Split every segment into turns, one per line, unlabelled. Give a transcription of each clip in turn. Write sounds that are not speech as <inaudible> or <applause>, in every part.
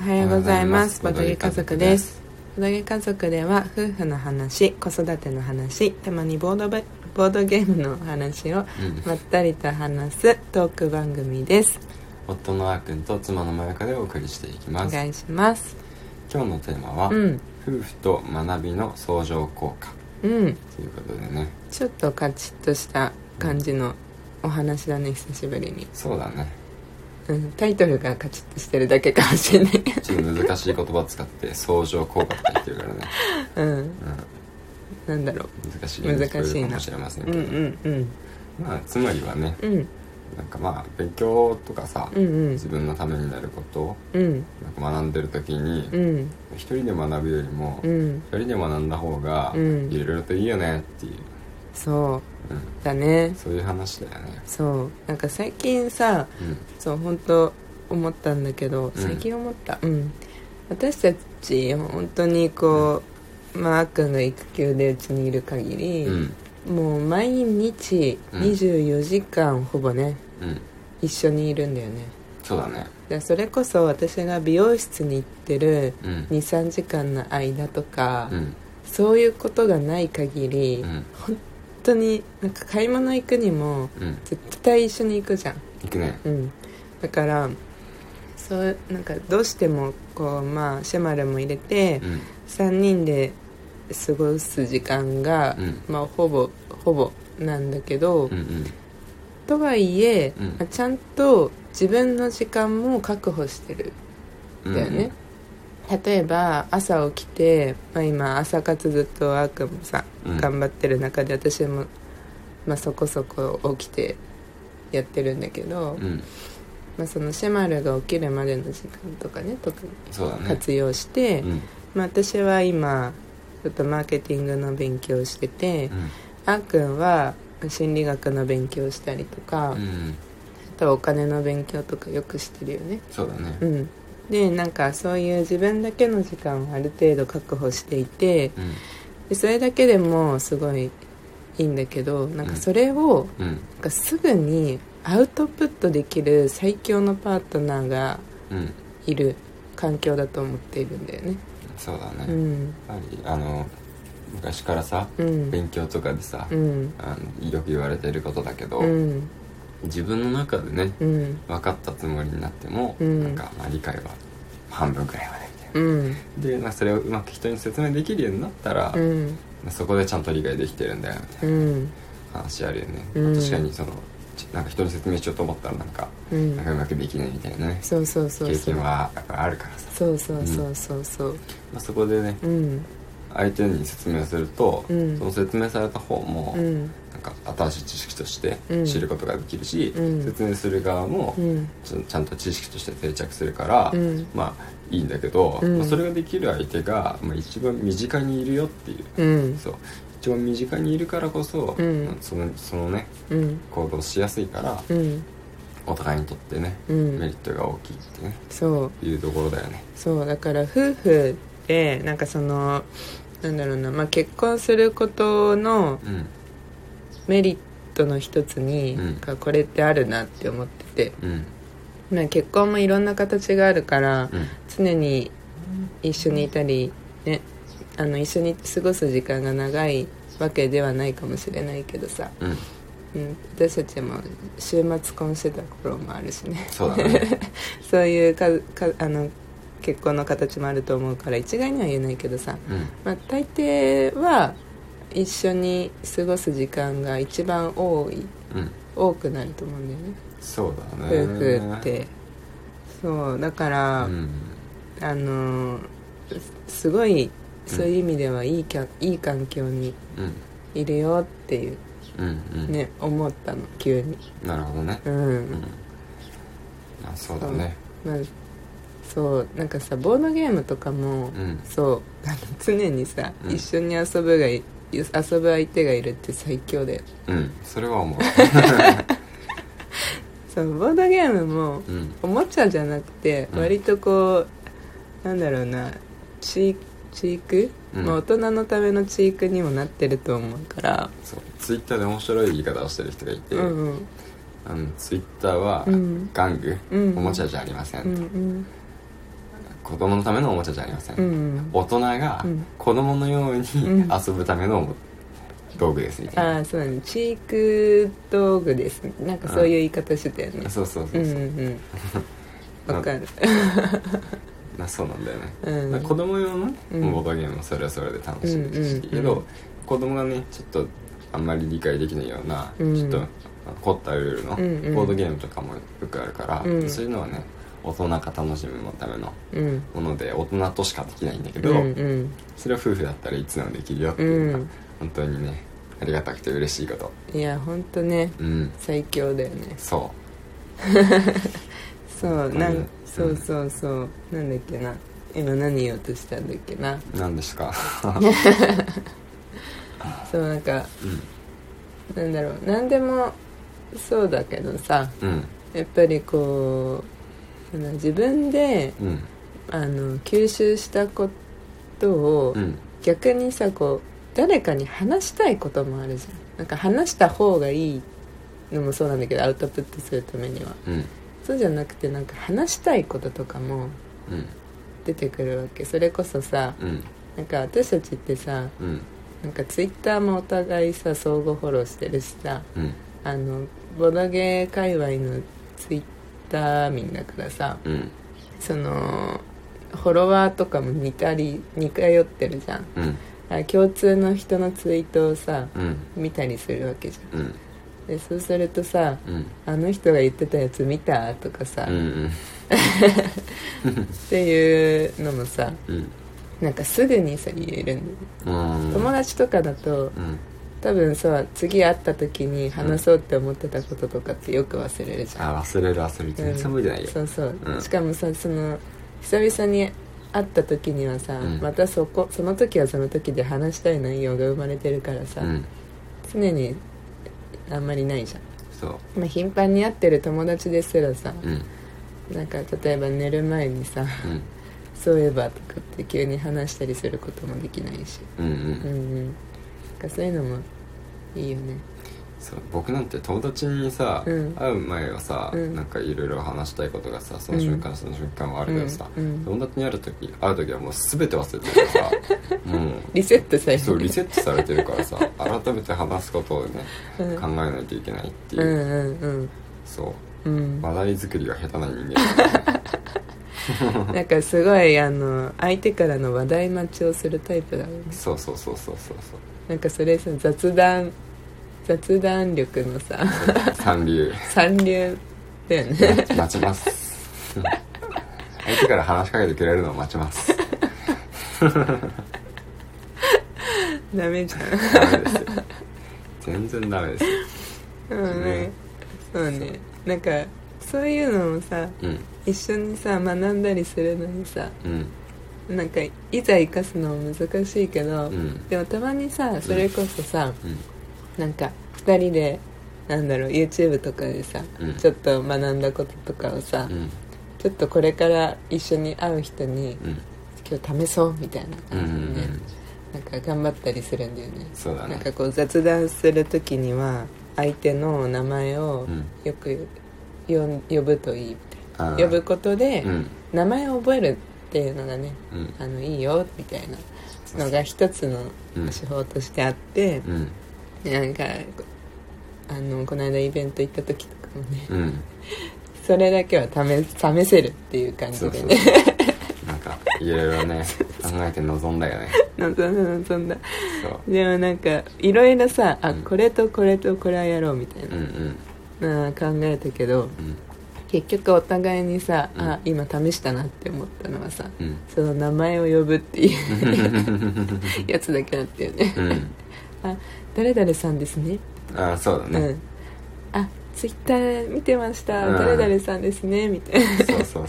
おはようございますボドゲ家族ですボドゲ家族では夫婦の話子育ての話たまにボードべボードゲームの話を
うん
まったりと話すトーク番組です
夫のあーくんと妻のまやかでお送りしていき
お
ます
願いします
今日のテーマは、
うん
夫婦と学びの相乗効果
うん
ということでね
ちょっとカチッとした感じのお話だね久しぶりに、
そうだね
うん、タイトルがカチッとしてるだけかもしれない <laughs>
ちょっと難しい言葉使って相乗効果って言ってるからね、
うん
う、
なんだろうん
難しいように聞こえるかもしれません
う
け
ん
ど、
うんうん
まあつまりはね
うん
なんかまあ勉強とかさ、
うんうん
自分のためになることを
うん
なんか学んでる時に、
うん
一人で学ぶよりも、
うん
一人で学んだ方が
うん
いろいろといいよねっていう、
そう
うん、
だね
そういう話だよね、
そうなんか最近さ
うん、
そう本当思ったんだけど最近思ったうん、私たち本当にこう、まああっくんが育休でうちにいる限り、
うん
もう毎日
うん
24時間ほぼね、
うん
一緒にいるんだよね
そうだね
でそれこそ私が美容室に行ってる
うん
23時間の間とか、
うん
そういうことがない限り、
う
本
ん
当になんか買い物行くにも
うん
絶対一緒に行くじゃん
行くね
うん、だからそうなんかどうしてもこう、まあ、シェマルも入れて
うん
3人で過ごす時間が、
うん
まあ、ほぼほぼなんだけど、
うんうん
とはいえ、
うん
まあちゃんと自分の時間も確保してる
うんん
だよね、例えば朝起きて、まあ、今朝活ずっとあーくんもさ、
うん
頑張ってる中で私も、まあ、そこそこ起きてやってるんだけど、
うん
まあ、そのシェマルが起きるまでの時間とかね特に
そうだね
活用して、
うん
まあ、私は今ちょっとマーケティングの勉強をしてて、
うん
あーくんは心理学の勉強をしたりとか、
う
あ
ん
とお金の勉強とかよくしてるよね
そうだね
うんでなんかそういう自分だけの時間をある程度確保していて
うん
でそれだけでもすごいいいんだけどなんかそれを
うん
なんかすぐにアウトプットできる最強のパートナーが
うん
いる環境だと思っているんだよね
そうだ
う
ね
ん
やっぱりあの昔からさ
うん
勉強とかでさ
うん
あのよく言われてることだけど
うん
自分の中でね
うん
分かったつもりになっても
うん
なんかまあ理解は半分くらいまでみたいな
うん
でなんかそれをうまく人に説明できるようになったら
う、ん
そこでちゃんと理解できてるんだよみたいな
うん
話あるよね、
うん
確かにそのちなんか人に説明しようと思ったらなんか,、
う
なんか
ん
うまくできないみたいなね
そうそうそう
経
そう
験はやっぱあるからさ、
そうそうそうそうそう
まあ、そこでね
うん
相手に説明すると、
うん
その説明された方も、
うん
なんか新しい知識として
うん
知ることができるし、
うん
説明する側も
うん
ちゃんちゃんと知識として定着するから、
うん
まあいいんだけど、
うん
まあ、それができる相手が、まあ、一番身近にいるよっていう、
うん
そう一番身近にいるからこそ、
うん
そのそのね
うん
行動しやすいから、
うん
お互いにとってね、
うん
メリットが大きいってね
そう
いうところだよね
そうだから夫婦ってなんかそのなんだろうな、まあ、結婚することの
うん
メリットの一つに、
うん
なんかこれってあるなって思ってて、
うん
まあ、結婚もいろんな形があるから、
うん
常に一緒にいたり、ね、あの一緒に過ごす時間が長いわけではないかもしれないけどさ、
うん
うん、私たちも週末婚してた頃もあるしね
そうだね
<laughs> そういうかかあの結婚の形もあると思うから一概には言えないけどさ、
うん
まあ、大抵は一緒に過ごす時間が一番多い
うん
多くなると思うんだよね
そうだね
夫婦ってそうだか
う
ら、
ん
あのーすすごいそういう意味ではいいきゃ、いい環境に
うん
いるよっていう
うんうん、
ね、思ったの急に
なるほどね
うん、
うんあそうだね
まあそうなんかさボードゲームとかも、
うん
そうあの常にさ、
うん
一緒に遊ぶがい遊ぶ相手がいるって最強だよ
うんそれは思う
<laughs> そうボードゲームも
うん
おもちゃじゃなくて
うん
割とこう、なんだろうなチーチーク、
うん
まあ、大人のためのチークにもなってると思うから
そうツイッターで面白い言い方をしてる人がいて、
うん
あのツイッターは、
うん
玩具、
うん
おもちゃじゃありません、
うんうん
言子供のためのおもちゃじゃありません、
うん
大人が
うん
子供のように
うん
遊ぶための道具ですみたい
あ
な、
あそうだねチーク道具ですねなんかそういう言い方してたよね
そうそう
う
そ
ん
う
う
そう、
んわかる
なそうなんだよね、
うん
だから子供用のね、
うん
ボードゲームもそれはそれで楽しいですし、
うんうんうん
けど子供がねちょっとあんまり理解できないような、
うん
ちょっと凝ったルールの
うんうん
ボードゲームとかもよくあるから、
うん
そういうのはね大人が楽しむための
うん
もので大人としかできないんだけ
う
ど、
んうん
それは夫婦だったらいつでもできるよっていう
う
のが
ん
本当にねありがたくて嬉しいこと
いやほんとね
うん
最強だよね
そ
そうな
うん
んそうそうそうなんだっけな今何言おうとしたんだっけな
うなんですか
そうなんかなんだろう何でもそうだけどさ
うん
やっぱりこうその自分で
うん
あの吸収したことを
うん
逆にさこう誰かに話したいこともあるじゃんなんか話した方がいいのもそうなんだけどアウトプットするためには
うん
そうじゃなくてなんか話したいこととかも
うん
出てくるわけそれこそさ
うん
なんか私たちってさ
うん
なんかツイッターもお互いさ相互フォローしてるしさ
うん
あのボドゲー界隈のツイッター民だからさ
うん
そのフォロワーとかも似たり似通ってるじゃん
うん
あ共通の人のツイートをさ
うん
見たりするわけじゃ
うん
んでそうするとさ
うん
あの人が言ってたやつ見たとかさ、
うん
っ
うん
ていうのもさ
うん
なんかすぐにさ言えるんだよね
うん
友達とかだと
うん
多分さ次会った時に話そうって思ってたこととかってよく忘れるじゃん、
あ忘れる忘れる全然覚えてないよ
そうそう、
うん
しかもさその久々に会った時にはさ、
うん
またそこその時はその時で話したい内容が生まれてるからさ、
うん
常にあんまりないじゃん
そ
まあ、頻繁に会ってる友達ですらさ
ううん
なんか例えば寝る前にさ
うん
「そういえば」とかって急に話したりすることもできないし
うんう
うん
ん
うんなんかそういうのもいいよね
そう僕なんて友達にさ
うん
会う前はさ
うん
なんかいろいろ話したいことがさその瞬間その瞬間はあるけどさ
うんうん
友達に会う時会う時はもう全て忘れてるからさもう
リセットされる
そうリセットされてるからさ改めて話すことをね
うん
考えないといけないっていうう、
んうん
そ
うんうん
う話題作りが下手な人間だからね
なんかすごいあの相手からの話題待ちをするタイプだもんね
そうそうそうそうそうそう
なんかそれさ雑談雑談力のさ <laughs>
三流
三流だよ
<laughs>
ね
待ちます相手から話しかけてくれるのを待ちます
ダメじゃん
ダメですよ全然ダメですよ
うんね
ね
そうねなんかそういうのもさ
うん
一緒にさ学んだりするのにさ
うん
なんかいざ生かすのも難しいけど、
うん
でもたまにさそれこそさ、
うん
なんか2人でなんだろう YouTube とかでさ、
うん
ちょっと学んだこととかをさ、
うん
ちょっとこれから一緒に会う人に
うん
今日試そうみたいな
うんうんう
感じでね、
ん
なんか頑張ったりするんだよね
そうだ
なん
ね
かこう雑談する時には相手の名前を
うん
よくよん呼ぶといいみ
あ
たいな
ー
呼ぶことで
うん
名前を覚えるっていうのがね
うん
あのいいよみたいなのが一つの
うん
手法としてあって
うん
なんかあのこの間イベント行った時とかもね
うん
それだけは試試せるっていう感
そ
じ
う
で
そう
ね
そうなんかいろいろね考えて臨んだよね
<laughs> 望んだ望んだ
そう
でもなんかいろいろさあ
うん
これとこれとこれはやろうみたい
うんうん
ななあ考えたけど
うん
結局お互いにさ、
うん
あ今試したなって思ったのはさ
うん
その名前を呼ぶっていうやつだけだったよね
うん
「 <laughs> 誰々さんですね」
あーそうだ
う
ね、
ん「あツイッター見てました、
うん
誰々さんですね」みたいな
そうそうそうそう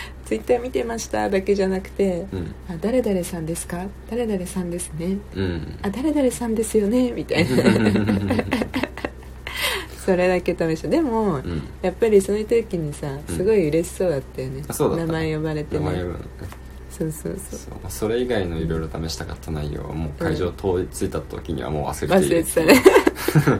「ツイッター見てました」だけじゃなくて
うん
「あ誰々さんですか誰々さんですね」
う
「
ん
あ誰々さんですよね」みたいな <laughs> それだけ試したでも、
うん
やっぱりその時にさすごい嬉しそうだったよね、
あそうだった
名前呼ばれて
名
ね
前は
そうそうそう
そうまあそれ以外のいろいろ試したかった内容はもう会場通り着いた時にはもう忘れて
忘
いる
れてたね
結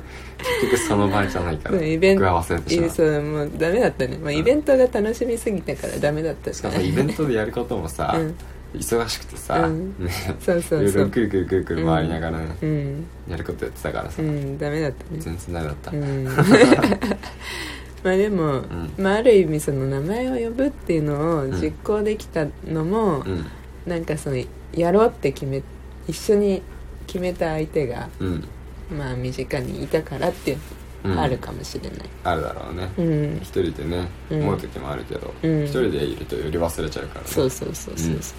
局その場合じゃないから
うんイベン
僕は忘れてしまう
そうもうダメだったね、まあ、イベントが楽しみすぎたからダメだった
し
し
か
ね
もさイベントでやることもさ、
うん
忙しくてさ、
うん
ね
そうそ
いうろい
そ
ろ
う
くるくるくるくる回りながらね、
うん
やることやってたからさ、
うんダメだったね
全然ダメだった、
うん <laughs> まあでも、
ん
まあ、ある意味その名前を呼ぶっていうのを
ん
実行できたのも、
うん
なんかそのやろうって決め一緒に決めた相手が
うん
まあ身近にいたからっていう
う
の
ん
もあるかもしれない
あるだろうね
うん、
一人でね
うん
思う時もあるけど、
うん
一人でいるとより忘れちゃうからね
そうそうそうそうそうそ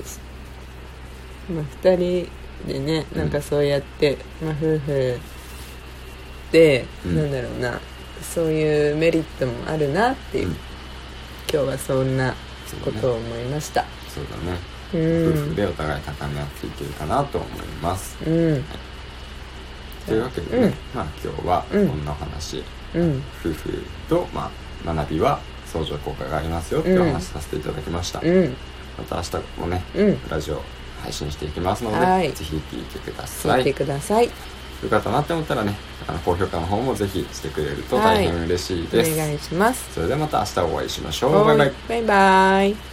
うまあ2人でねなんかそうやって、まあ、夫婦で、
うん
なんだろうなそういうメリットもあるなっていう、
うん
今日はそんな
そう
こ
だ
と
ね
を思いました
そうだね
う
夫
ん
婦でお互い高め合っていけるかなと思います、
うん
というわけでね、
うん
まあ今日は
う
こ
ん
んなお話、
うん
夫婦と、まあ、学びは相乗効果がありますよっていうお話しさせていただきました、
うん
また明日もね
うん
ラジオ配信していきますので、
はい
ぜひ聞いてくださ
聞い
い
てください、
よかったなって思ったらねあの高評価の方もぜひしてくれると大変嬉しいです、
お願いします
それではまた明日お会いしまし
は
ょう
い
バイバイ
バイバイ